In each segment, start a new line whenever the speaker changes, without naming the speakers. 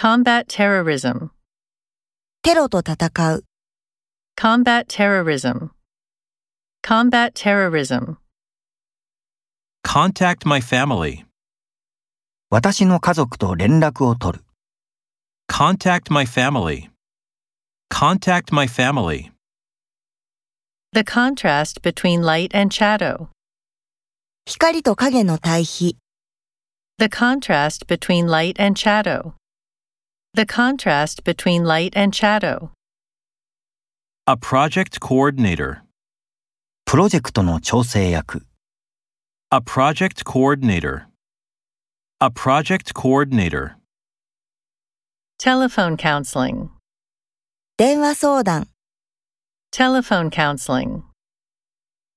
Combat terrorism.
テロと戦う、
Combat terrorism. Combat terrorism.
Contact my family.
私の家族と連絡を取る。
Contact my family. Contact my family.
The contrast between light and shadow.
光と影の対比、
The contrast between light and shadow. The contrast between light and shadow.
A project coordinator.
プロジェクトの調整役。
A project coordinator. A project coordinator.
Telephone counseling.
電話相談、
Telephone counseling.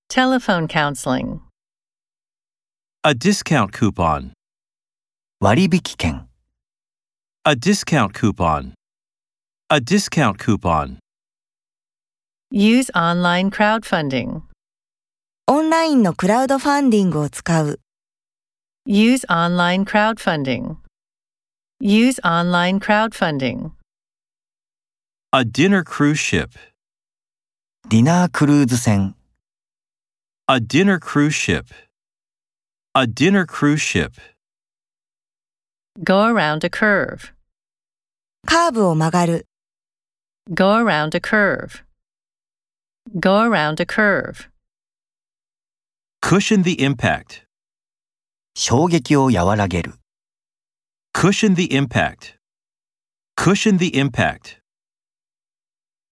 Telephone counseling.
A discount coupon.
割引券。
A discount coupon. A discount coupon.
Use online crowdfunding.
オンラインのクラウドファンディングを使う、
Use online crowdfunding. Use online crowdfunding.
A dinner cruise ship.
ディナークルーズ船。
A dinner cruise ship. A dinner cruise ship.
Go around a curve.
カーブを曲がる、
Go around a curve. Go around a curve.
Cushion the impact.
衝撃を和らげる。
Cushion the impact. Cushion the impact.